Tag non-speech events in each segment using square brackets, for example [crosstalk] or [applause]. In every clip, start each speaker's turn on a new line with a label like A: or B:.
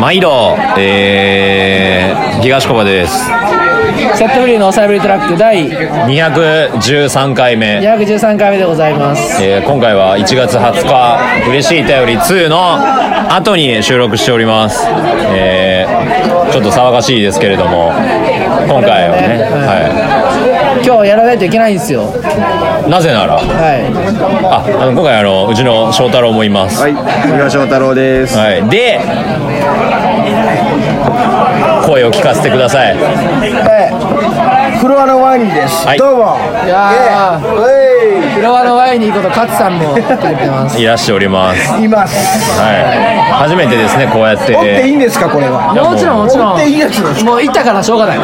A: 毎度、えー、東小場です。
B: セットフリーのおさぶりトラック第
A: 213回目。
B: 213回目でございます。
A: えー、今回は1月20日、嬉しい便り2の後に収録しております。えー、ちょっと騒がしいですけれども、今回はね、は
B: 今日やらないといけないんです
A: い。
B: よ。
A: なぜなら、
B: は
A: あ、あの今回あの、うちの翔太郎もいます。
C: はい、三輪翔太郎です。
A: はい。で、声を聞かせてください。
C: フロアのワインです。
A: はい
C: どうも。
B: い。いや
C: え
B: ー、フロアのワインに行くこと勝さんも来てくれてます。
A: いらしております。
C: い、います。
A: はい。初めてですね、こうやって。
C: 持っていいんですか、これは。
A: やもう
B: もちろんもちろ
C: 持っていいやつなんで
B: ん。もう行ったからしょうがない。あ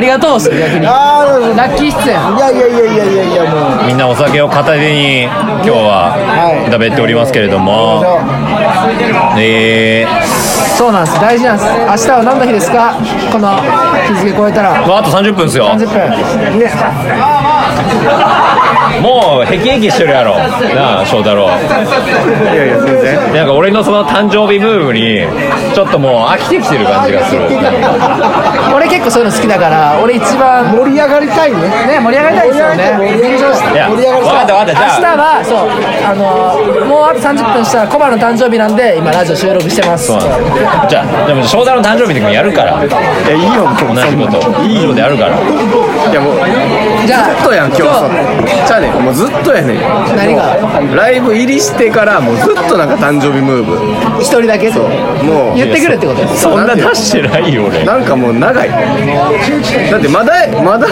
B: りがとうっす逆に。ラ
C: ああ、なるほど
B: ッキー出演。
C: いやいやいやいやいやいや、もう。
A: みんなお酒を片手に今日は
C: はい
A: 食べておりますけれども、えー
B: そうなんです。大事なんです。明日は何の日ですかこの日付超えたら。
A: まあ、あと30分ですよ
B: 30分。
C: ね、
A: もうへきへきしてるやろなあ翔太郎
C: いやいや、全然。
A: なんか俺のその誕生日ムーブにちょっともう飽きてきてる感じがする
B: 俺結構そういうの好きだから、俺一番
C: 盛り上がりたいね。
B: ね、盛り上がりたいですよね。
C: 盛り上がりたい盛り上がりた
A: い
C: い
A: や
C: 盛
A: 分
C: り上がり
A: かった分かった
B: 明
A: じ
B: 日
A: ゃあ
B: はそうあのーもうあと30分したらコバの誕生日なんで今ラジオ収録してます
A: そうなんですじゃあでも翔太郎の誕生日の時もやるから
C: え、いいよ、今
A: 同
C: 日
A: じこといいよでやるから
C: いや、もう。
B: じゃあ
C: ずっとやん、今日。
B: 今
C: そじゃあね、もうずっとやねん。
B: 何が
C: もうライブ入りしてから、もうずっとなんか誕生日ムーブ。
B: 一人だけって
C: もう。
B: 言ってくるってこと
A: そんな出してないよ俺
C: なんかもう長いだってまだまだ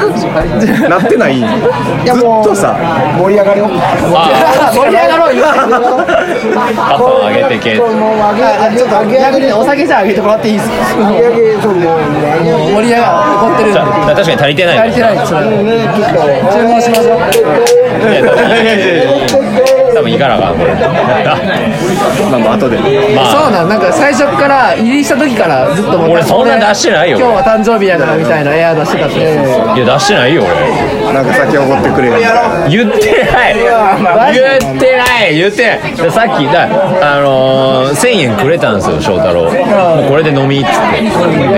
C: なってないずっとさ盛り上がりを
A: あ
B: 盛り上がろうよ
A: 肩を上げてけ
B: ちょっと逆にお酒じゃあげてもらっていいですか盛り上げそうもう盛り上がる怒ってる
A: じ
B: んで
A: ゃあ確かに足りてな
B: 足
A: い
B: り
A: ね
B: てないそれ注文しましょう
A: いや多分多分行かなあかんこれ
C: まあまあ後で
A: ま
B: そ
A: あ
B: うなんなんか最初から入りした時からずっともう
A: 俺そんな出してないよ
B: 今日は誕生日やからみたいなエア出してたって
A: いや出してないよ俺
C: なんか酒おごってくれる
A: 言ってない言ってない言ってないでさっきだあのー、1000円くれたんですよ翔太郎もうこれで飲みっつって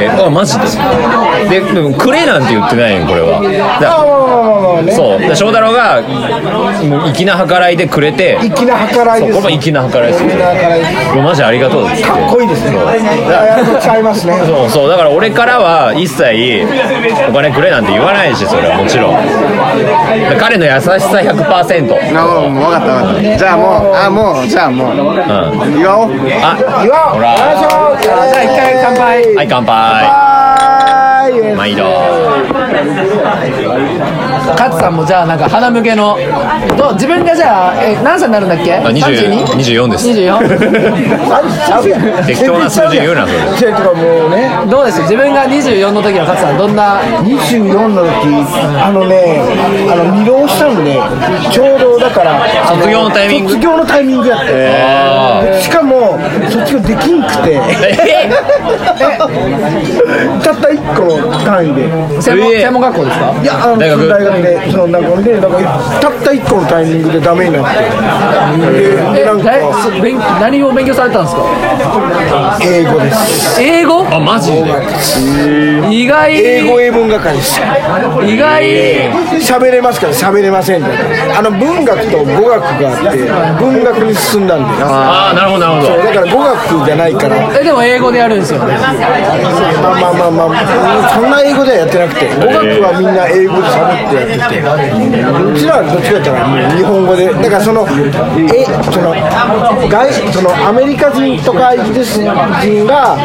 A: であマジでででもくれなんて言ってないよこれはだそうで翔太郎がもう粋な計らいでくれて
D: 粋な計らい
A: そう
D: で
A: こ
D: す
A: れも粋な計らいですよいやマジありがとうですかっ
D: 濃いですね使いますね
A: そうそうだから俺からは一切お金くれなんて言わないしそれはもちろん彼の優しさ100%
C: なるほどもう分かった分かったじゃあもうあもうじゃあもう
A: うん
C: 岩尾
A: あ
D: 岩尾
A: ほら
B: じゃあ一回乾杯
A: はい乾杯
C: はーい
A: 毎度
B: 勝さんもじゃあなんか鼻向けのどう自分がじゃあえ何歳になるんだっけ
A: あ20 24です
B: 24?
D: ちゃうやん
A: 適当な数字言うなそれ
D: ちょっともうね
B: どうです自分が24の時の勝さんどんな
D: 24の時あのねあの二浪したのねちょうどだから
A: 卒業のタイミング
D: 卒業のタイミングやって
A: あー
D: しかも卒業できんくて
A: え [laughs]
D: たった1個単位で
B: 専門
A: ええ
B: 専門学校ですか
D: いやあの
A: 大学
D: 大学でそのなんかでなんかたった1個のタイミングでダメになってで
B: え
D: なんか
B: だいそ勉何を勉強されたんですか
D: 英語です
B: 英語
A: あマジで
B: 意外
D: 英語英文学科です
B: 意外
D: 喋れますから喋れませんとあの文学と語学があって文学に進んだんでだ
A: ああなるほどなるほど
D: から語学じゃないから
B: えでも英語でやるんですよね
D: まあまあまあまあそんな英語ではやってなくて語学はみんな英語で喋ってやっててうちらはどっちかやったらもう日本語でだからそのえその外そのアメリカ人とかイギリス人が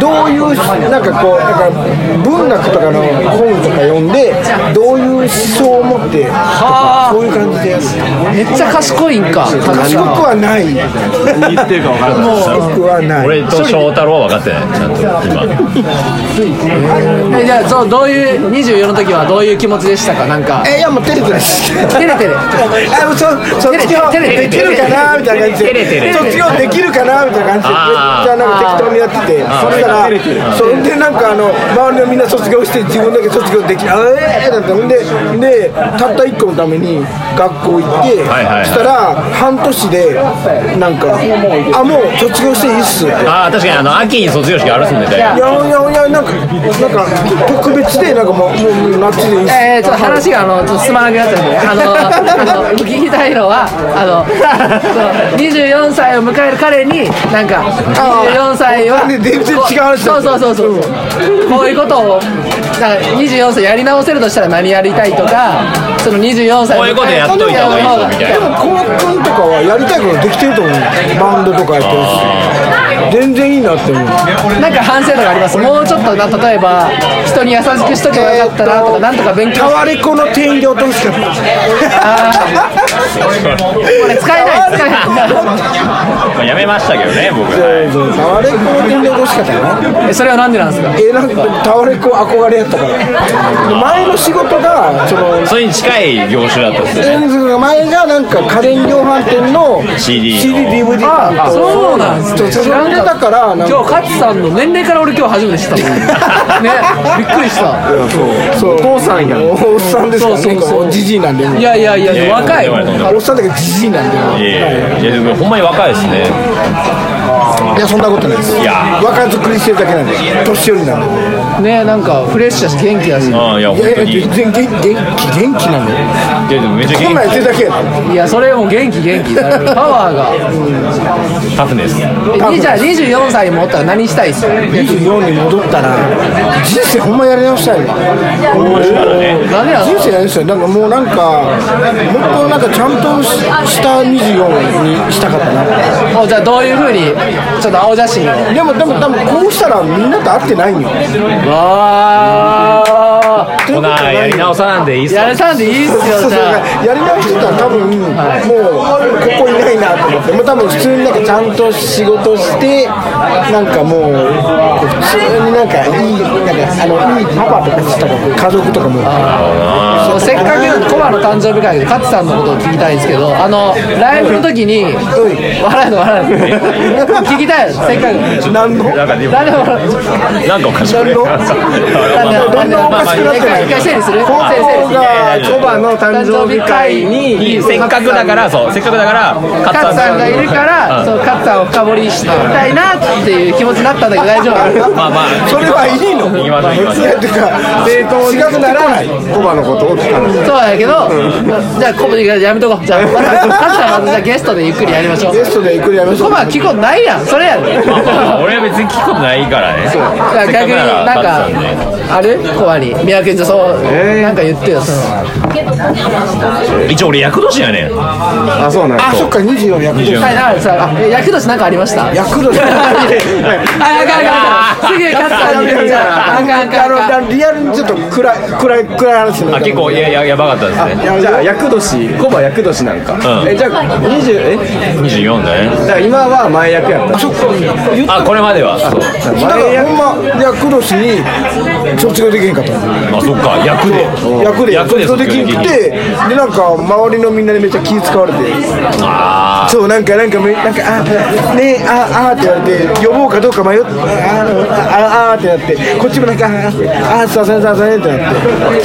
D: どういうなんかこうなんか文学とかの本とか読んでどういう思想を持ってとかそういう感じでやる
B: めっちゃ賢いんか
D: 賢くはない
C: 何言ってるか分からない
B: もう
D: しくはない
A: 俺と翔太郎は分かってないちゃんと今
B: えじゃあそうどういう24の時はどういう気持ちでしたかなんか
D: えいやもうテレテレして
B: 照れてる
D: [laughs] あもうそ卒業
B: テレテレ
D: できるかなみたいな感じ
A: テレテレ
D: で卒業できるかなみたいな感じでめ
A: あー
D: っちゃなんか適当にやっててそしたらそれでなんかあの周りのみんな卒業して自分だけ卒業できないええー、だったんででたった1個のために学校行って、
A: はいはいはい
D: そしたら半年でなんかあもう卒業していいっすって
A: ああ確かにあの秋に卒業式あるっすんでたよ
D: いやいやいやなんかなんか特別でなんかもうもう夏でいいっす
B: えー、ちょっと話があのちょっと進まなくなっちゃうんで、あの、あの聞きたいのは、
A: [laughs]
B: あの、そう24歳を迎える彼に、なんか、24歳は、
D: 全然違う話だ
B: そうそうそうそう、こういうことを、なんか24歳やり直せるとしたら何やりたいとか、その24歳
A: こういうことやっといた方がいいぞみたいな
D: でもコウ君とかはやりたいことできてると思うバンドとかやってるし全然いいなって思う
B: なんか反省とかあります、もうちょっとな、例えば、人に優しくしとけばよかったなとか、なんとか勉強
D: タ、ワレコの店員で落とし
A: [laughs]
D: ても
B: これ使えない、使えない。
A: まあやめましたけどね僕はい
D: タワレコの店員で落としかったか
B: [laughs]
D: な
B: えそれはなんでなんですか
D: えなんかタワレコ憧れやったから前の仕事がその
A: それに近い業種だったっすね
D: エンズが前がなんか家電量販店の
A: CD の
D: CDDVD 担当
B: そうなんですね
D: それでだからなん
B: 今
D: か
B: 日勝さんの年齢から俺今日初めて知ったもんね [laughs] びっくりした
D: そうお父さんやおっさんですから
B: そうそうそう
D: ねじじいなんでもう
B: いやいやいや
A: いや
B: 若い
A: とんでもなとんでもない
D: おっさんだけどじじいなんでもう
A: いやいやいやでもほんまに若いですね
D: いやそんなことないです
A: いや
D: 若作りしてるだけなんで年寄りなんで
B: ねなんかフレッシュだし元気だし
A: ああいや
D: い
A: 本
D: やい
A: 当
D: や
A: にい
D: 全然元気元気なんだよ
A: やでもめっちゃ
D: こんなん
A: 元
D: やってるだけやない
B: やそれも元気元気パワーが
A: 気タフネス
B: えじゃあ24歳に戻ったら何したいっすか
D: 24に戻ったら人生ほんまやり直したいわ
B: 何でなん
D: 人
B: ですか
D: 生やり直したいなんかもうなんかもっとなんかちゃんとしした24にしたかったな
B: おじゃあどういうふうにちょっと青写真を
D: でもでも多分こうしたらみんなと会ってないんよ
B: わあ
A: こんなんやり直さなんでいいっす
B: や
A: か
B: れたんでいいっす
D: そ
B: よじ
D: うそう
B: ゃあ
D: やり直してたら多分もうここいないなと思ってもう多分普通になんかちゃんと仕事してなんかもうこう普通になんかいいなんかあのいいパパとかしたか家族とかも
B: そうせっかくコバの誕生日会で勝さんのことを聞きたいんですけどあのライブの時に笑うの笑うの聞きたいよせっかく
D: 何の
A: なんかでも
B: 誰も笑う
A: なんかおかしくない
D: なんの
B: ど
D: どんなおかしくなってない
B: 一回整理する整理整理
A: がコ
B: バの誕生日会に
A: せっかくだからそうせっかくだから
B: 勝さんがいるか
A: う
B: ら
A: ん
B: そう勝さんを深掘りしたいなっていう気持ちになったんだけど大丈夫
A: まあまあ
D: それはいいの
A: 行きましょう行きましょう
D: いやてか正当に違くならない
C: コバのことを聞かない
B: そうだけどじゃあコバやめとこうじゃあまた勝さんまずじゃあゲストでゆっくりやりましょう
D: ゲストで行くのやめましょ
B: コ
D: う
B: バ聞くことないやんそれやん
A: まあまあ俺は別に聞くことないからね
B: いや
A: せっか
B: 逆
A: く
B: に
A: なら
B: なん
A: 勝さんね
B: かあるコアに三宅君とそう、なんか言ってよその
A: 一応俺役年やねん
C: あそうなん
D: あそっか24役年
B: はいなんかさあえ役年なんかありましたあ
D: 役年
B: あかんあかんあかんすげえ勝ったんでじゃああかんあかんあかん
D: あのリアルにちょっと暗い暗い暗い話に
A: あ
D: なった
A: 結構いやややばかったですね
C: じゃあ役年コバ役年なんか、
A: うん
C: えじゃあ20え
A: 24だね
C: だから今は前役やった
D: あそっか
A: あこれまではそう
D: だからほんま役年に卒業できへんかったの
A: あそっか役で
D: 役で
A: 役
D: 卒
A: で
D: 業できんくてでなんか周りのみんなにめっちゃ気使われて
A: あ
D: そうなんかなんかめなんかあねえああーって言われて呼ぼうかどうか迷ってあーあーあーってなってこっちもなんかあーあーすいませんすいませんってなって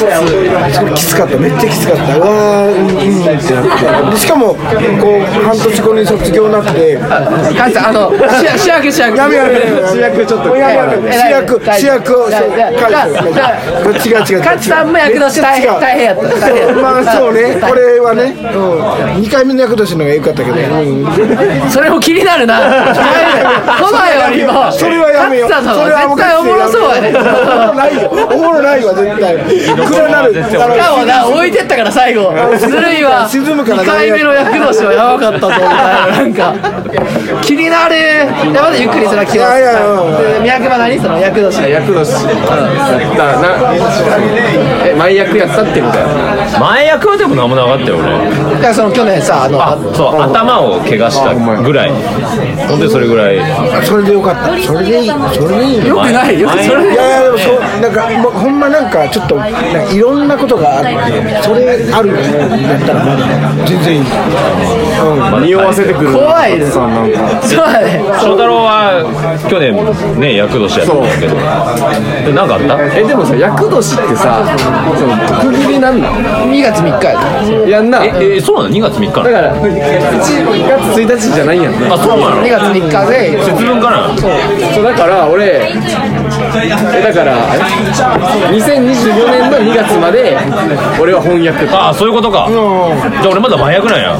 D: すごいきつかっためっちゃきつかったうわーうんうんってなってでしかもこう半年後に卒業になって
B: 勝さんあの仕仕上げ仕上げ
D: やめやめやめ
C: 主役ちょっと
D: もうやめやめ主役主役を
B: じゃあじゃあじゃあ
D: 返す違う違う違う
B: 勝さんも役年大変大変やった大変やった
D: まあそうねこれはね2回目の役年の方が良かったけど
B: それも気になる
D: [laughs]
B: なコバよりも
D: それはやめよう。
B: 勝さん
D: それは
B: は絶対おもろそうやね
D: おもろないよ。おもろないわ絶対。暗なる。
A: 絶対おもろ
B: しかもな置いてったから最
D: [laughs]
B: 後ずるいわ
D: 沈むから
B: 2回目の役年はやばかったぞみたいななんか気になるいやまだゆっくりそれは聞きます
D: いやいやい
B: で三宅は何その役年
C: 役年やったなえ前役やったってことやな
A: ー前役はでも何もなかったよ俺
B: だからその去年さあの
A: あそう頭を怪我したぐらい本当にそれぐらい
D: それでよかったそれでいいそれでいい
B: よくないよくそ
D: い
B: れ
D: やいやでもそうなんかもうほんまなんかちょっとなんかいろんなことがあるんでそれあるよねだったらまだ全然いい
C: 匂わせてくる
B: 怖いです
C: さんなんか
B: そうだね
A: 翔太郎は去年ね厄年やったんだけどえなんかあった
C: えでもさ厄年ってさその特切りなんな
B: 2月3日や
C: のやんなだか
A: ええそうなの2月3日なの
C: ら1月1日じゃないやんな
A: あそうなの
B: 2月3日で
A: 節分かな
C: そうだから俺えだからあれ2024年の2月まで俺は翻訳
A: ああそういうことかじゃあ俺まだ麻薬なんや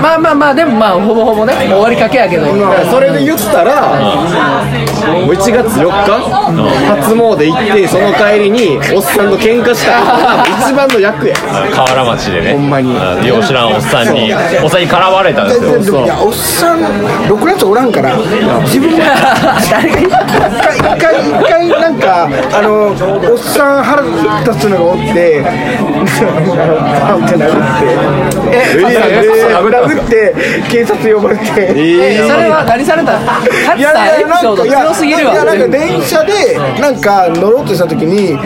B: まあまあまあでもまあほぼほぼね終わりかけやけど
C: それで言ったら、もう1月4日、初詣行って、その帰りに、おっさんと喧嘩したら、一番の役や。
A: 河原町でねほ
C: んまに
A: よう知らんおっさんにおっさんに絡まれたんですよ
D: でもいやおっさんろくなやつおらんから自分も誰が一回一回一回なんかあのおっさん腹立つのがおって [laughs] パンって殴ってえ殴って警察呼ばれて
B: えそれは何された勝
D: い
B: さん
D: や
B: エ
D: いや
B: ピ
D: な
B: ソ
D: ん
B: ード
D: かいや
B: 強すぎるわ
D: いやなんか
B: 全部
D: 電車でなんか乗ろうとした時に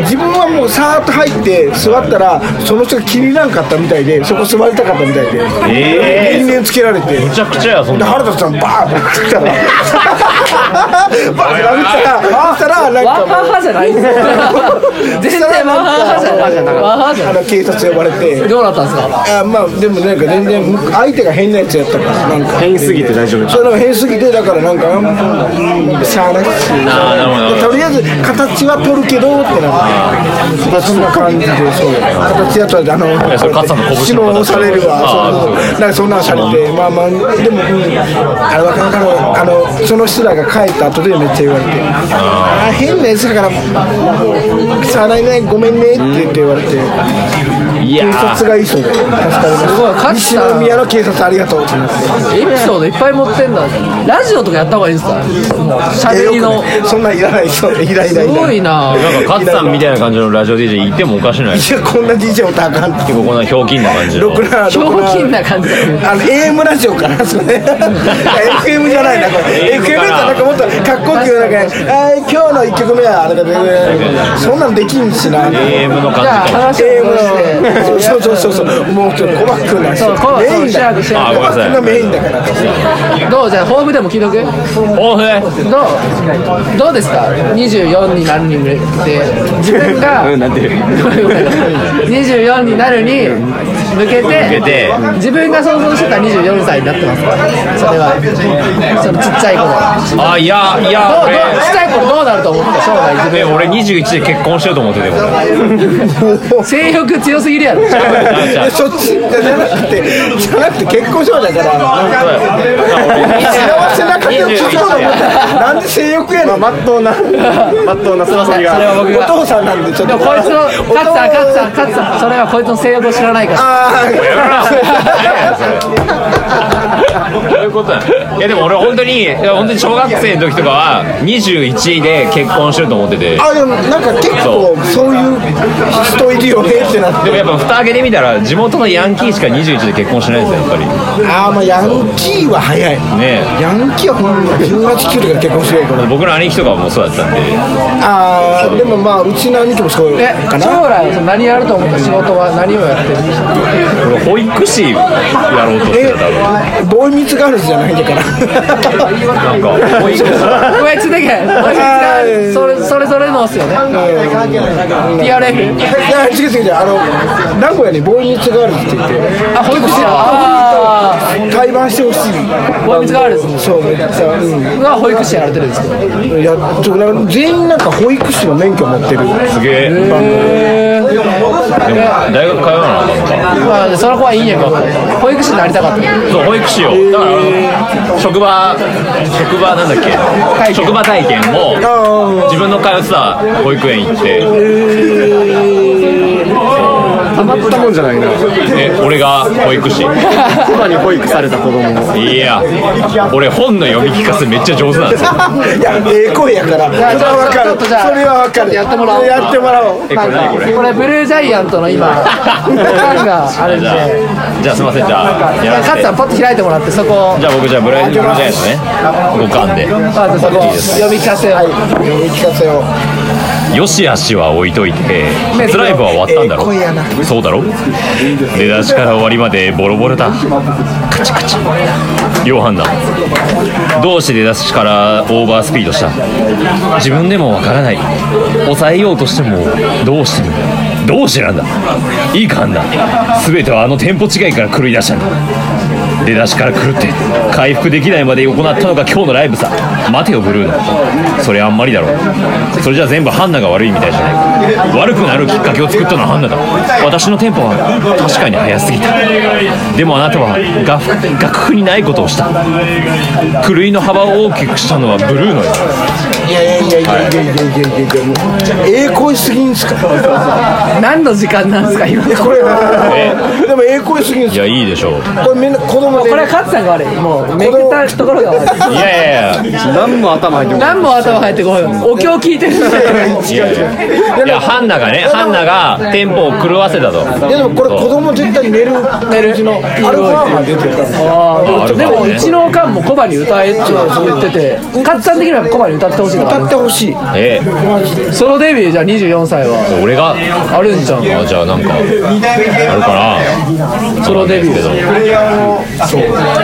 D: 自分はもうさーっと入って座ったらその人が気にならんかったみたいでそこ座りたかったみたいで
A: ええ
D: 因縁つけられて
A: めちゃくちゃやそん
D: で
A: な
D: 原田さんバーンって来たらバーンって殴ったらそしたらなん
B: ワ
D: か
B: ンハンハじゃないですよ [laughs] 全然ワンハンハじゃないワンハンハじゃ
D: あ
B: ない
D: の警察呼ばれて
B: どうなったんですか
D: あまあでもなんか全然向相手が変なやつやったからなんか
C: 変すぎて大丈夫
D: それが変すぎてだからなんかあんましゃあないし
A: あーなるほどなるほど
D: とりあえず形は取るけどってなってそんな感じでそう形やったらあ
A: やそれ勝さんの
D: の
A: 拳の形
D: 押されるわ
A: あー
D: そうそうなんかそんなんされてまあまあでも、うんあれわかんないあのその人らが帰った後でめっちゃ言われてあー変なやつだからしゃあないねごめんねって言って言われて
A: い
D: 警
A: や
D: 察がいいそうで助かりま
B: 勝
D: す西
B: さん
D: 宮の警察ありがとうってなって
B: エピソードいっぱい持ってんだラジオとかやった方がいいんですか喋りの
D: そんなんいらないそういらないいら
B: すご
D: ない
B: いな
A: なんか勝さんみたいな感じのラジオ DJ いてもおかしない
D: いやこんな DJ もたあかんっ
A: 結
D: て
A: 構こんなひょうきんな感じの
D: ろくな
B: ひょうきんな感じ
D: あの AM ラジオかなそれいや FM じゃないなこれ FM じゃなんかもっとかっこよくなんかあー今日の1曲目はあれだねそんなんできんしな
A: AM の
B: じゃ
A: 感
B: あ
A: じかも
B: 話を戻して
D: そうそうそうそうもうちょっと小林君の話
B: そう小林
D: メインだ
B: そうシェアシェ
A: ア
D: 小林君がメインだから
B: どうじゃあ抱負でも聞いとく
A: おうね
B: どうどうですか24になるに向けて自分が
C: [laughs] うん、なんていう
B: ごめんごめん24になるに向けて
A: けて
B: 自分が想像してた24歳になってますかそれはそのちっちゃい頃
A: あいやい
B: ど
A: や
B: うどう
A: 俺
B: ちっちゃい頃どうなると思ってた将来自
A: え
B: 分
A: 俺21で結婚しようと思ってて俺
B: 性欲強すぎるやろ
A: あじゃあ
D: で [laughs] そっちじゃなくてじゃなくて結婚しようだから [laughs] 幸せな家庭を築こうと思ったらなんで性欲やねん
C: まっとうな、まっとうな空
B: そ
C: 飛び
B: れは
C: が。
B: 僕
D: お
B: が
D: 父さんなんでちょっ
B: で
D: と
B: もこいつの勝さん勝さん勝さんそれはこいつの性欲を知らないから
D: あー
A: そういうことだいやでも俺本当にいや本当に小学生の時とかは21で結婚しようと思ってて
D: あでもなんか結構そういう人いるよねってなって
A: でもやっぱ蓋開けてみたら地元のヤンキーしか21で結婚しないんですよやっぱり
D: ああまあヤンキーは早い
A: ね
D: ヤンキーはほんま189とか結婚してるから
A: え僕の兄貴とかもそうだったんで
D: ああでもまあうちの兄貴もそう
B: え
D: か
B: 将
D: な
B: 来その何やると思った仕事は何をやってる
A: 俺保育士やろうとして
D: え
A: た多分
D: ボーイミーツガールズじゃないんだから
A: なんか保育士
B: こいつでけえこいつ
D: あ
B: で
D: ー
B: それそれぞれのっすよね TRF
D: いや違う違う違うあの名古屋にボーイミーツガールズって言って
B: あ保育士ああ
D: 対バンしてほしい
B: 保育士ガールズ
D: そうめっちゃうん
B: が保育士やられてるんですけど
D: いやちょなんか全員なんか保育士の免許持ってる
A: すげえ
D: バンド
A: でも大学通わなあかんのか
B: まあその子はいいんやけど保育士になりたかった
A: そう保育士をだからあの職場職場なんだっけ職場体験も自分の通ってた保育園行って
C: たまったもんじゃないな
A: え俺が保育士
C: 妻に保育された子供
A: いや俺本の読み聞かせめっちゃ上手なんですよ
D: いや、ええ声やから。それ
B: じゃあ
D: はわか
B: ちょ
D: る
B: っ。とじゃあ
D: それはわかる。
B: やってもらおう
D: やってもらおう。
A: えこれ何これ
B: これブルージャイアントの今缶があるん
A: じ
B: で
A: ゃあじゃあすいませんじゃあやらせ
B: 勝
A: て
B: さんパッと開いてもらってそこを
A: じゃあ僕じゃあブライブルージャイアントね五巻で
B: まずそこを
A: いいです
B: 読み聞かせを、
D: 言い聞かせよう。
A: よしあしは置いといてスライブは終わったんだろ、そうだろ出だしから終わりまでボロボロだカチカチ両判断どうして出だしからオーバースピードした自分でもわからない抑えようとしてもどうしてるどうしてなんだいいか判断全てはあのテンポ違いから狂い出したんだ出だしから狂って回復できないまで行ったのが今日のライブさ待てよブルーノそれあんまりだろうそれじゃ全部ハンナが悪いみたいじゃないか悪くなるきっかけを作ったのはハンナだ私のテンポは確かに速すぎたでもあなたは楽譜楽譜にないことをした狂いの幅を大きくしたのはブルーノよ
D: いやいやいやいやいやいやいやいやもうええ声すぎんすか。
B: 何の時間なんですか今
D: いやこれでもええ声すぎん
A: い
D: す
A: や
D: か。
A: いいでしょう
D: これみんな子供で
B: これは勝さんが悪いもうめくったところが悪い
A: いやいやいや
C: 何も頭入ってこない
B: 何も頭入ってこいお経聞いてるん
A: い
B: で
A: やいやいやハンナがねハンナがテンポを狂わせたと
D: いやでもこれ子供絶対寝る
B: [laughs] 寝る
D: アルファが出てるから。
B: でもうちのおかんもコバに歌えって言ってて勝さん的にはコバに歌ってほしいから
D: 歌ってほしい。
A: え
B: ソロデビューじゃあ24歳は
A: え俺が
B: あるんじゃん
A: あじゃあなんかあるかなソロデビューけどじ
D: 歌っ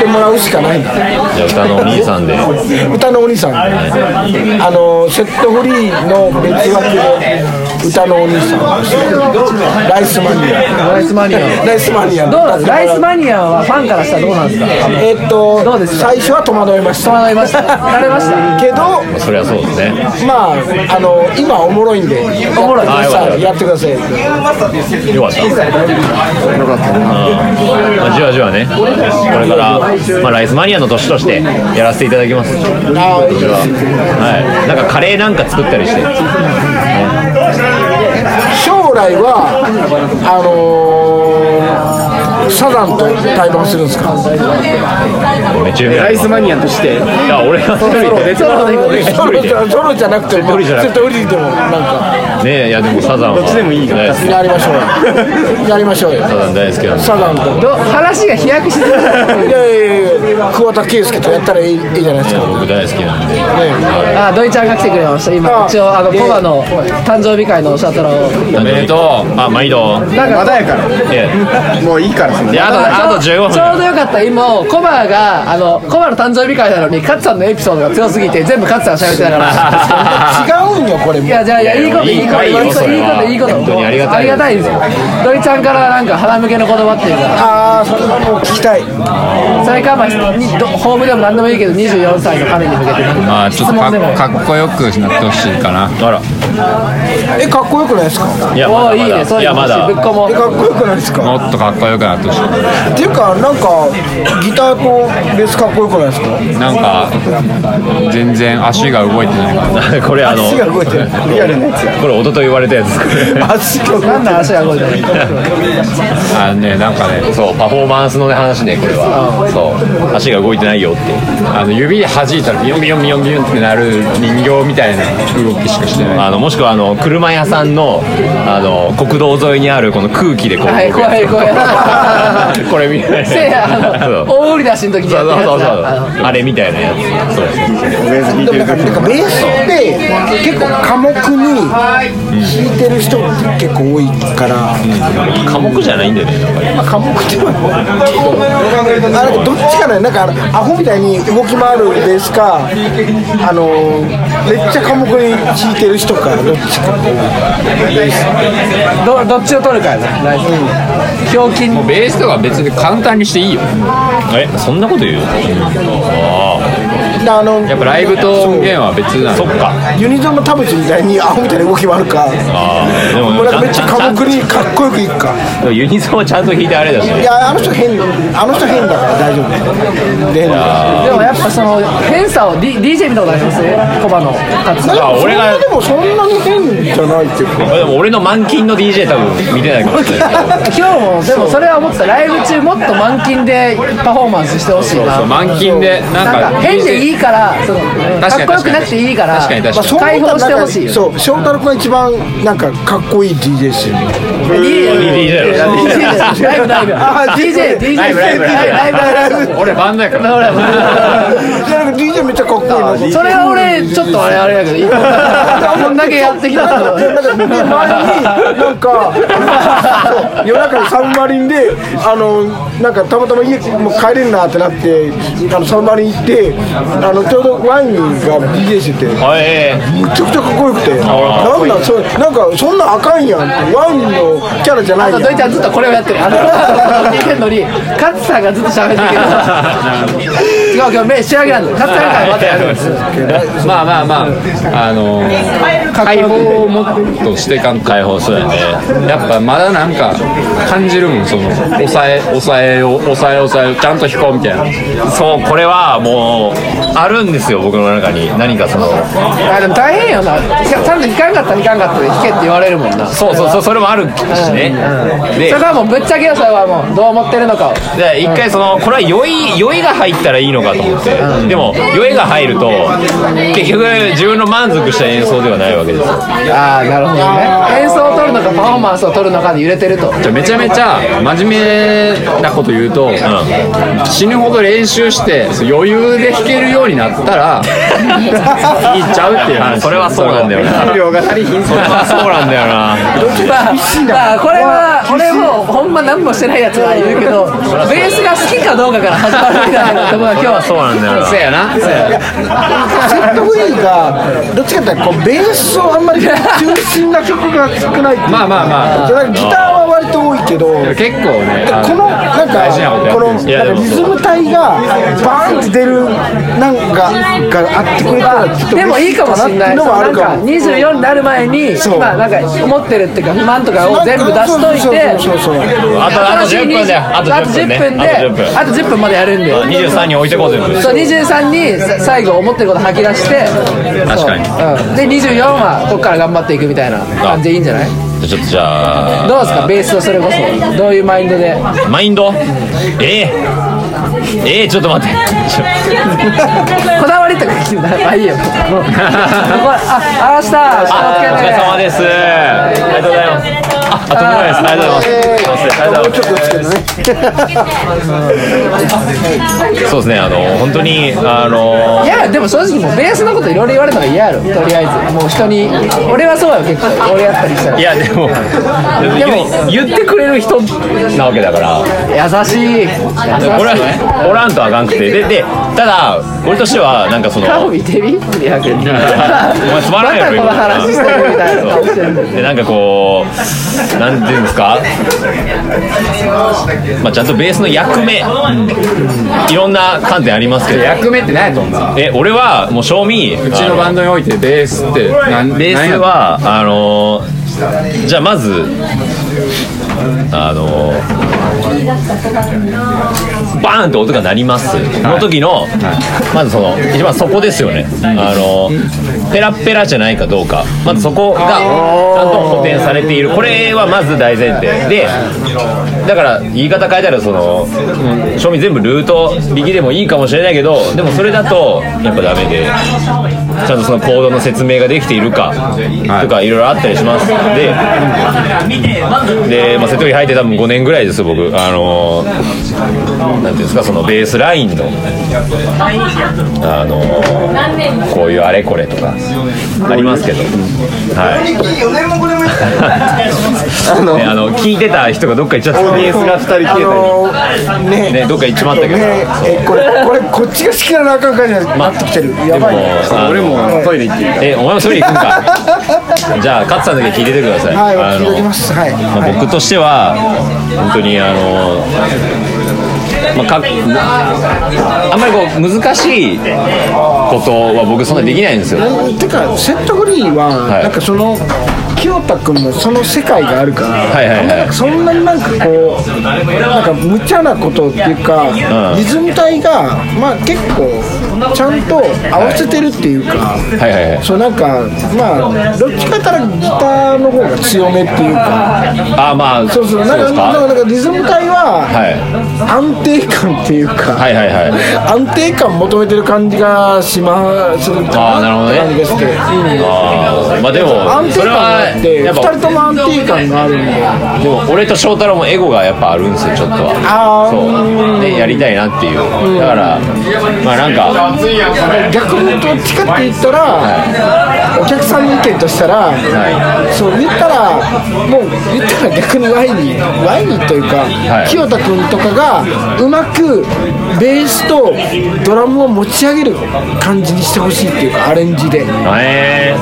D: てもらうしかないんだ。
A: ゃあ歌のお兄さんで
D: 歌のお兄さん。あのセットフリーの別枠で歌のお兄さん。ライスマニア。
B: ライスマニアは
D: ライスマニア。
B: どうなんですかライスマニアはファンからしたらどうなんですか
D: えーっと
B: どうですか
D: 最初は戸惑いました
B: いました慣れました
D: [laughs] けど
A: そりゃそうですね
D: まああの今おもろいんでおもろい
A: あよかった
D: やってください
A: よかったよかったうんまあじわじわねこれから、まあ、ライスマニアの年としてやらせていただきますはいなんかカレーなんか作ったりして
D: 将来はあのー、サザンと対バンするんですか [laughs]
A: めっちゃ夢あ
C: ラ
A: り
C: イ
A: ます
C: スマニアとして
A: いや俺が一人で
D: ソロ
A: 俺が一人で
D: ソロじゃなくても
A: 一人じゃなくて
D: セットフリーでもなんか
A: ねえいやでもサザンはどっ
C: ちでもいいよ
A: サ
D: やりましょうよやりましょうよ
A: ザン大好きなんで
D: サザンと
B: ど話が飛躍しづらい
D: いやいやいや桑田佳祐とやったらいいいいじゃないですかね
A: 僕大好きなんで
B: あ土井ちゃんが来てくれました今一応あのコバの誕生日会のシャトラを
A: おめでとうあ毎度
B: なん
C: ま
B: か
C: だやから
A: いや
C: もういいからその
A: いやあとあと
B: ちょ
A: 15
B: ちょう
A: 分
B: どよかった今コバがあのコバの誕生日会なのに勝さんのエピソードが強すぎて全部勝さんが喋ってたから
D: 違うんよこれも
B: いやじゃあいやいいこといいこといいこといいこといいことありがたいですよ土井ちゃんからなんか腹向けの言葉っていうか
D: ああそれはもう聞きたい
B: それかまあにどホームでも何でもいいけど24歳の彼に向けてなんか
E: まあちょっとかっかっこよくなってほしいかな
A: [laughs] あら
D: えかっこよくないですか
A: いやま
B: お
A: だ
B: ーい
A: ま
B: いねそう
A: だいや
B: いうの
A: ま
B: 欲し
A: だ
B: いぶっこも
D: えかっこよくないですか
E: もっとかっこよくなってほしい
D: っていうかなんかギターとベースかっこよくないですか
E: なんか全然足が動いてないか
A: [laughs]
E: ら
A: これあの
D: 足が動いてるリアルなやつや
A: これ一昨日言われたやつこれ
D: 足が動いてる
B: なんで足が動いてる
E: あのねなんかね
A: そうパフォーマンスのね話ねこれはそう足が動いてないよって
E: あの指で弾いたらビヨンビヨンビヨンビヨンってなる人形みたいな動きしかしてない
A: あのもしくはあの車屋さんのあの国道沿いにあるこの空気でこう動
B: はい
A: くや
B: 怖い怖い
A: つ [laughs] これみたいな
B: せいやあ
A: そ
B: の
A: う
B: 大売り出しの時に
A: そ
B: や
A: う
B: って
A: そうそうそう
B: るやつだあの
A: あれみたいなやつそう
D: でもなんかなんかベースって結構寡黙に弾いてる人って結構多いから、
A: 寡黙じゃないんだよねなんかね
D: まあ、寡黙っていうのはあなんかどっちかななんかあのアホみたいに動き回るベースかあのめっちゃ寡黙に弾いてる人かどっちか
B: どどっちを取るかやなライスひょうきん
E: もうベースとか別に簡単にしていいよ
A: えそんなこと言うあ
D: なあの
E: やっぱライブと音源は別なのそっか
D: ユニゾンの田淵みたいにアホみたいな動きもあるか
A: でも
D: もうなんかめっちゃ
A: ちゃ
D: 寡
A: ん
D: 黙にかっこよくいくか
A: でもユニゾンはちゃんと弾いてあれだし
D: い
A: ね
D: やあの人変あの人変だから大丈夫で変だ
B: でもやっぱその変さを D- DJ 見たことありますコバの勝さん
A: あ俺が
D: でもそんなに変じゃないっていうか
A: でも俺の満勤の DJ 多分見てないかもしれない
B: 今日もでもそれは思ってたライブ中もっと満勤でパフォーマンスしてほしいな
E: そう満勤で
B: な
E: なんん
B: か
E: か
B: 変でい
E: い
B: いからそのかっ
E: 確かに
B: こよくなくていいから
E: 確かに確かに
D: そう
B: 解放してほしいよ
D: そう翔太郎君が一番なんかかっこいい DJ してる
A: いい DJ だろ
B: DJ ライブライブ DJ DJ ライブライブライブライブ
E: 俺バンドやから
D: なんか DJ めっちゃかっこいいなって
B: それは俺ちょっとあれあれやけどこんだけやってきたから
D: なんかで前になんかそう夜中にサブマリンであのなんかたまたま家もう帰れるなってなってあのサブマリン行ってあのちょうどワインが DJ しててむ
A: おい
D: ちゃくちゃかっこよくてなんだそれなんかそんなんあかんやんってワインのキャラじゃないやん
B: 土井ちゃんずっとこれをやってるあの聞いてんのに勝さんがずっと喋ってる
E: [laughs]
B: けど違う今日目仕上げなんで勝さんからまたやるんです
E: まあまあまああの解放をもっとしてかんと
A: 解放そうやね
E: やっぱまだなんか感じるもんその抑え抑えを抑え抑えをちゃんと弾こうみたいな
A: そうこれはもうあるんですよ僕の中に何かその
B: あでも大変よなちゃんと弾かんかった弾かんかったで弾けって言われるもんな
A: そうそうそうそれもあるしねで
B: それはもうぶっちゃけよそれはもうどう思ってるのかを
A: で一回そのこれは酔い酔いが入ったらいいのかと思ってでも酔いが入ると結局自分の満足した演奏ではないわけですよ
B: ああなるほどね演奏を取るのかパフォーマンスを取るのかで揺れてると
E: じゃあめちゃめちゃ真面目なこと言うと、死ぬほど練習してそう余裕で弾けるようになったらいいっちゃうっていう話
A: それはそうなんだよな
E: 給料が足りひんそ
A: それはそうなんだよな
B: まあ、まあ、これは俺もほんま何もしてないやつは言うけどベースが好きかどうかから始まるみたいなところが今日は
A: そうなんだよな
E: うやなそうや
D: セットフリーがどっちかっていうとこうベースをあんまり中心な曲が少ないっていうか
E: まあまあまあ
D: そうなんかギターは割と多いけど
E: な結構ねあ
D: このなん
E: 大事なことや
D: か
E: って
D: こ
E: るん
D: の
E: ですよ
D: なんかリズム体がバーンって出るなんかがあってくれたらちょっと
B: でもいいかもしれない
D: のもあ
B: なん
D: る
B: か
D: かも
B: 24になる前に
D: そう
B: まあなんか思ってるっていうか不満とかを全部出しといて
D: そうそうそうそう
A: あとあと
B: 新しい
A: 10分だよあと
B: あと
A: 10
B: 10分
A: 分ね
B: で
A: あと10分
B: あと10分までやるんで
A: 23に置いてこう全部
B: そう23にさ最後思ってること吐き出して
A: 確かに
B: うんで24はここから頑張っていくみたいな感じでいいんじゃない
A: ちょっとじゃあ
B: どうですかベースをそれこそどういうマインドで
A: マインドええええちょっと待って [laughs] ちょ
B: こだわりとか聞いてな
A: [laughs]
B: いあいいよもうここあ明日
A: あお
B: 明
A: 疲
B: 日
A: れ様
B: す
A: ですありがとうございますああともないですありがとうございますありがとうございますそうですねあの本当にあの
B: いやでも正直もうベースのこといろいろ言われるのが嫌やろとりあえずもう人に俺はそうや結構俺やったりしたら
A: いやでもでも言ってくれる人なわけだから
B: 優しい優しい
A: おらんおらんとあかんくてででただ俺としてはなんかその
B: 顔見てみ200円
A: お前つまらんやろ
B: またこの話してるみたいな顔して
A: そうでなんかこうなんていうんですか、まあ、ちゃんとベースの役目、いろんな観点ありますけど
E: 役目って何やと思う
A: え俺はもう正味
E: うちのバンドにおいてベースって何
A: ベー
E: 何
A: ス
E: やと思う
A: はあのーじゃあまずあのーバーンって音が鳴りますの時の、まずその一番そこですよね、あのーペラッペラじゃないかどうかまずそこがちゃんと補填されているこれはまず大前提でだから言い方変えたらその、正味全部ルート力でもいいかもしれないけどでもそれだとやっぱダメでちゃんとそのコードの説明ができているかとかいろいろあったりしますでで、まあ、瀬戸内入って多分5年ぐらいです僕あのなんていうんですかそのベースラインのあのこういうあれこれとかありますけどはい
C: あの
A: ねあの聞いてた人がどっか行っちゃったベースが2人消えたり
D: ね
A: ねどっか行っちまったけど
D: ねえこれこれこっちが好きなのあかんかじゃなってきてるやばいね
A: でもあの
C: 俺もトイレ行っていい
A: えお前もそれ行くん
C: [laughs]
A: かじゃあ勝さんだけ聞いててください、
D: はい
A: あ
D: 聞い
A: の
D: ておきますはい
A: まあ僕としては本当にあのまあ、かあんまりこう難しいことは僕そんなできないんですよ
D: てかセットフリーは、
A: い
D: なんかその清田君のその世界があるから、
A: はいはいはい
D: そんなになんかこうなんか無茶なことっていうか、
A: うん
D: リズム体がまあ結構ちゃんと合わせてるっていうか、
A: はいはいはい
D: そうなんかまあどっちかって言ったらギターの方が強めっていうか
A: ああまあ
D: そうそうなん
A: で
D: か
A: す
D: なんか
A: か
D: なんかリズム体は
A: はい
D: 安定感っていうか、
A: はいはいはい
D: 安定感求めてる感じがしまする
A: ああなるほどね
D: 感じがして
A: あーまあでも
D: 安定
A: そ
D: 感
A: れ
D: が
A: は
D: あって
A: や
D: 2
A: っぱ
D: 人とも安定感があるんで
A: でも俺と翔太郎もエゴがやっぱあるんですよちょっとは
D: あー
A: そうねやりたいなっていうだからまあなんか
D: 逆にどっちかって言ったら、お客さんの意見としたら、そう言ったらもう言ったら逆にワイニーワイニーというか、
A: い
D: 清田君とかがうまくベースとドラムを持ち上げる感じにしてほしいっていうかアレンジで、うん、だか
A: え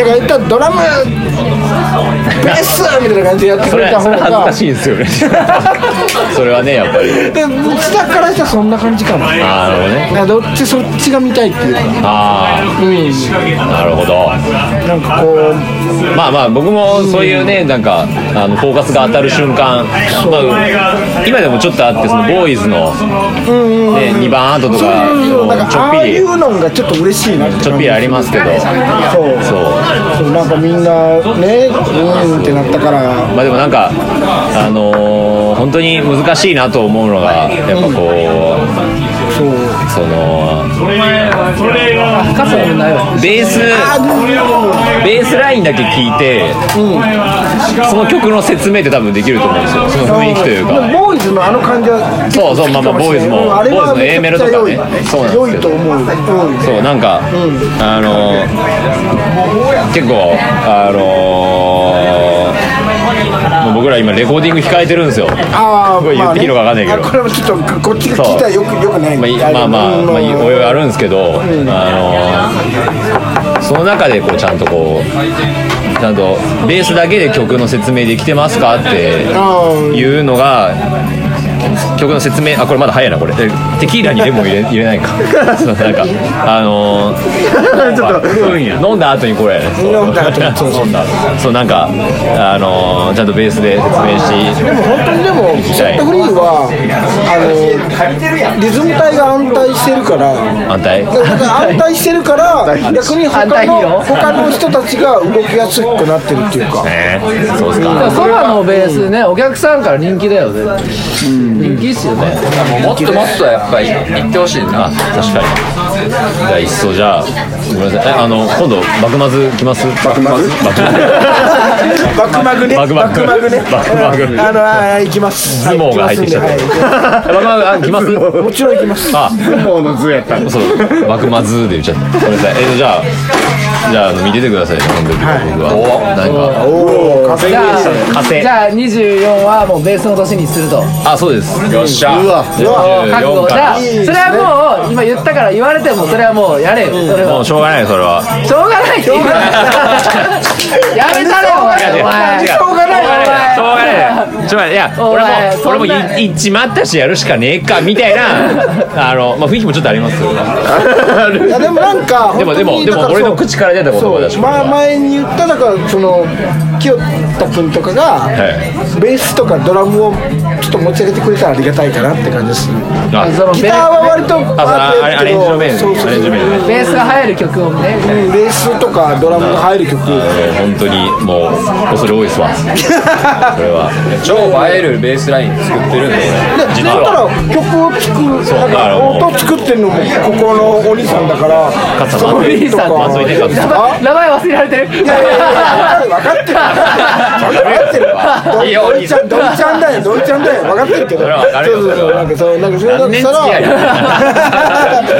D: ら言ったらドラムベースみたいな感じでやっ
A: ー、
D: てく
A: そ
D: れ
A: れ
D: た
A: そ
D: 方
A: れ恥ず
D: が
A: かしいんですよねそれはねやっぱり
D: でうちだからしたらそんな感じかもだ
A: ああなるほどね
D: からどっちそっちが見たいっていうか
A: ああ、なるほど
D: なんかこう
A: まあまあ僕もそういうねなんかあのフォーカスが当たる瞬間、まあ、今でもちょっとあってそのボーイズの、ね、2番アートとか
D: なん
A: ちょ
D: かあ
A: っ
D: あ
A: ぴ
D: い
A: り
D: うのがちょっと嬉しいなって
A: ちょっぴりありますけど
D: そう
A: そう
D: そうなんかみんなねうんってなったから
A: まあでもなんかあのー本当に難しいなと思うのがやっぱこう、
D: そう
A: その
B: 深さもないわ
A: ベースベースラインだけ聞いて、その曲の説明って多分できると思うんですよその雰囲気という
D: で
A: か
D: もボーイズのあの感じは
A: そうそうまあまあ
D: 好きか
A: ボーイズ
D: しれない
A: も
D: うんあれ
A: ボーイズ
D: は
A: の A メロとかねそうなんですけど
D: 良いと思ううん
A: そうなんか、あのー結構あのーもう僕ら今レコーディング控えてるんですよ
D: ああ
A: これ言っていいのかわかんないけど
D: まあねあこれもちょっとこっちが聞いたらよくよくない
A: まあいまあまあ、まあ、いおいおいあるんですけど、あのその中でこうちゃんとこうちゃんとベースだけで曲の説明できてますかって
D: うん
A: いうのが曲の説明あこれまだ早いなこれえテキーラにレモン入れ入れないか [laughs] そうなんかあの
D: [laughs]
A: ー飲んだ後にこれ
D: 飲んだ後に
A: そ
D: そうう
A: [laughs] 飲んだ後そうなんかあのーちゃんとベースで説明し
D: でも本当にでもセットフリーはあのリズム体が安泰してるから
A: 反対 [laughs]
D: 安泰してるから逆に
B: 安
D: 他
B: 泰
D: の
B: よ
D: 他の人たちが動きやすくなってるっていうか
A: ねそうっすか
B: だからソファのベースね、お客さんから人気だよね、人気っすよね
E: もっともっとやっぱり行ってほしいな
A: あ確かにじゃあいっそじゃあごめんなさいえあの今度幕マズ来ます幕マズ幕
D: バクマグね
A: バクマグ
D: バクマグね
A: バクマグ
D: うんあのあー行きます
A: 相撲が入ってきちゃっ
D: はい
A: て
D: 行きますんで
A: 幕マズあ来ます
D: はい [laughs] もちろん行きます
A: あ
C: もうの図やったの
A: そう幕マズで言っちゃったごめんなさいえじゃあじゃああの見ててください今度僕はなんか
B: じゃ
A: 風
B: あじゃあ24はもうベースの年にすると
A: あそうですよっしゃ
C: うわ
B: 覚悟
A: 44
B: じゃあ
A: か
B: それはもう今言ったから言われてもそれはもうやれよそれ
A: らも
B: は
A: うしょうがないそれは
B: しょうがないって言うから
A: 違う違う違しょうが
B: やめたれお前お前しょうがないお前
A: ないちょっと待っていや
B: お
A: 俺
B: 前
A: も俺も
B: そんない
A: いっちまったしやるしかねえかみたいなあのまあ雰囲気もちょっとありますよ
D: いやでもなんか
A: でもでも
D: 本当に
A: でも
D: だからそう
A: 俺の口から出た言葉だし
D: そうまあ前に言っただからその清田君とかが
A: い
D: ベースとかドラムをちょっと持ち上げてくれたらありがたいかなって感じです
A: あ
B: その
D: ギ
B: ベ
D: ター
B: ー
D: は割と
A: あそれあれアレンジの面
D: そうそうそう
A: アレンジの面
B: スベースが入る曲をね
D: うんベースとかドラムが入る曲
A: 本当にもう恐れ多いですわこれは
E: 超映えるベースライン作ってるんで
D: で、だから曲を作る、
A: う
D: なんか音を作ってるのもここのお兄さんだから、
A: 勝
D: そ
A: さん
D: の
A: 松
D: 人
A: 井
D: と
A: さ
D: か
A: ん松井ね勝さ
D: いあ
B: 名前忘れられてる
D: やいやいや分かってる分かってる
A: いいお
D: 分かってるド
A: 兄さ
D: イちゃんドイちゃんだよドイちゃんだよ分かってるけど
A: それは分かるよ
D: そうそうそうなん [laughs] かそうなんかそれだ
A: 何年付き合いだよ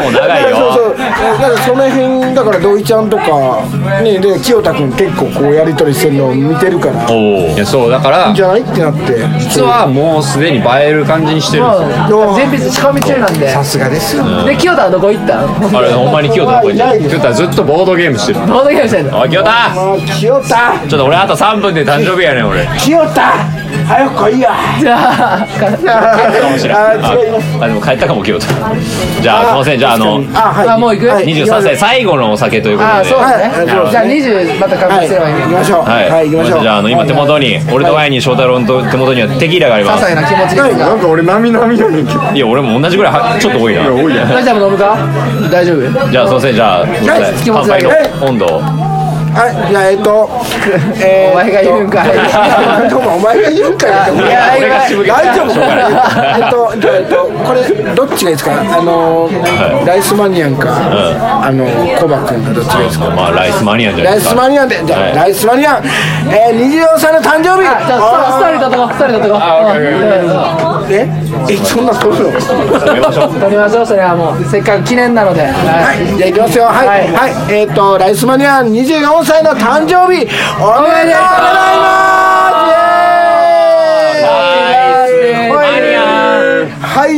A: もう長いよ
D: そうそうなんかその辺だから土井ちゃんとかねで清田君結構こうやり取りしてるのを見てるからい
A: いやそうだから
D: いんじゃないってなって
A: 実はもうすでに映える感じにしてるんですよ
B: 全筆仕込み中なんで
D: さすがですよ
B: で清田はどこ行ったの
A: あれほんまに清田の声に清田はずっとボードゲームしてる
B: ボードゲームしてんの
A: おい清田
D: 清田
A: ちょっと俺あと3分で誕生日やねん俺
D: 清田早く来いや
B: じゃあ
A: かもしれん
D: あー違いま
A: あでも帰ったかも清田じゃあすいませんじゃああの
D: あはい
B: あもう行く
D: はい
A: 23歳最後のお酒ということで
B: あそう
D: はい
B: ねじゃあ20また確認すればいい
D: 行きましょう
A: はい、
D: はい行きましょう
A: じゃああの今手元に俺とワイに翔太郎の手元にはテキーラがありま
B: 些
A: す
B: 細な気持ちですが
C: なんか俺なみなみやねんけど
A: いや俺も同じぐらいはちょっと多いな
C: 多い [laughs] やん
B: 大丈夫飲むか大丈夫
A: じゃあすいませんじゃあ
B: 気持
A: 乾
B: ちだ
A: 杯
B: け
A: の温度を
D: はいじゃあえっとえー
B: お前が言うんかい [laughs]
D: どうもお前が言うんかよ
B: いや
A: 俺が渋気
D: 大丈夫
A: しょうがない
D: えっとじゃあえっとこれどっちがいいですかあのーライスマニアンかあのーコバ君かどっちがいいですか
A: まあライスマニアンじゃない
D: ラ
A: で
D: イ
A: す
D: ス
A: か
D: マニアンでじゃ
A: は
D: あ
A: い
D: ライスマニアンえー24歳の誕生日
B: じゃあストーリー撮っとこうストーリー撮っとこう
D: ええそんな撮るの
B: うん撮りましょうそれはもうせっかく記念なのでは
D: はい、じゃあいきますよ。はい、はい、えっ、と、ライスマニアン24歳の誕生日、おめでとうございますイエーイはい、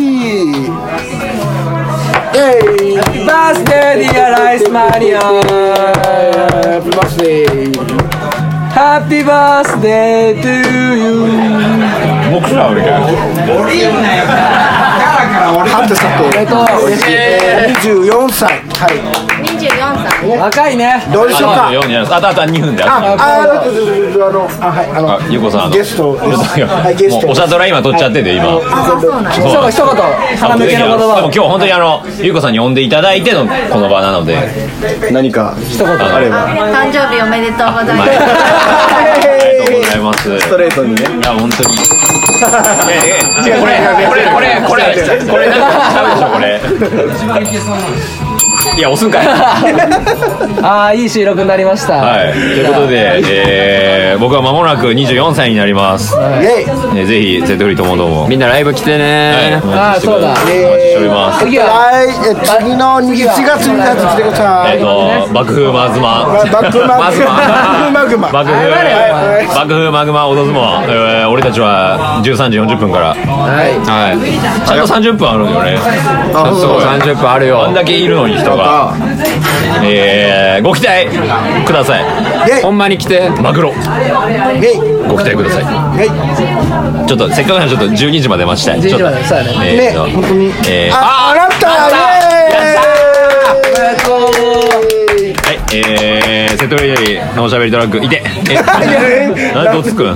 D: イエーイ
F: バースデーディアライスマニア
D: ハッピーバースデー
F: ハッピーバースデートゥーユー
A: 僕らはみたいな
D: ハッピーさて、えっと、24歳。はい、
G: 24歳
F: 若いね
D: どうでしょう
A: あ
D: か
A: と4じゃないですあとあと2分で
D: あ、
A: あ
D: あ、どうぞどうぞどうぞあの、あ、はい、あの、
A: ゆうこさんあの
D: ゲ
A: [laughs]
D: ストです。はい、ゲス
A: もう
D: ト
A: お
D: です。
A: しゃドラ今取っちゃってて今
B: 一言一言
A: あ
B: 鼻向けの言
A: でも
B: 葉
A: 今日本当にあのゆうこさんに呼んでいただいてのこの場なので
C: 何か一言あれば
G: 誕生日おめでとうござ
B: [laughs]
G: いま
A: ありがとうございます
C: ストレートにね
A: いや本当に。いやいやいやこれこれこれこれこれなんかちゃうでしょこれ。いや押すんかい。
B: ああいい収録になりました
A: はい。ということで、えー、僕は間もなく24歳になります。
D: イェイ
A: ねぜひ瀬戸リともどうも。
E: みんなライブ来て
A: はい
E: ね。
B: ああそうだ
A: お待ちしております。
B: 次は
D: はい、え次の1月になってきてくださ
A: えっ
D: い。
A: と爆風マグマ。
D: バックマ
A: マ
D: グ
A: グマ。
D: マ。バックマグマ。
A: 爆風爆風マグマオド相撲、えー、俺たちは13時40分からはい、ちゃんと30分あるんよねあそう30分あるよあんだけいるのに人がえー、ご期待くださいほんまに来てマグロご期待くださいちょっとせっかくなんでちょっと12時まで待ちたい
B: 12時まで
A: ちょっと
B: そうやね
A: えーとえー
D: あ、あなた、イエーイ。
A: はい、えー、瀬戸よりのおしゃべりトラックいて、え、なんとつくん、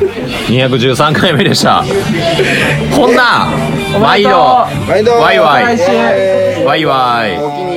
A: 213回目でした。こんな、毎度、
D: 毎度
A: ワイワイ、ワイワイ。
D: お気に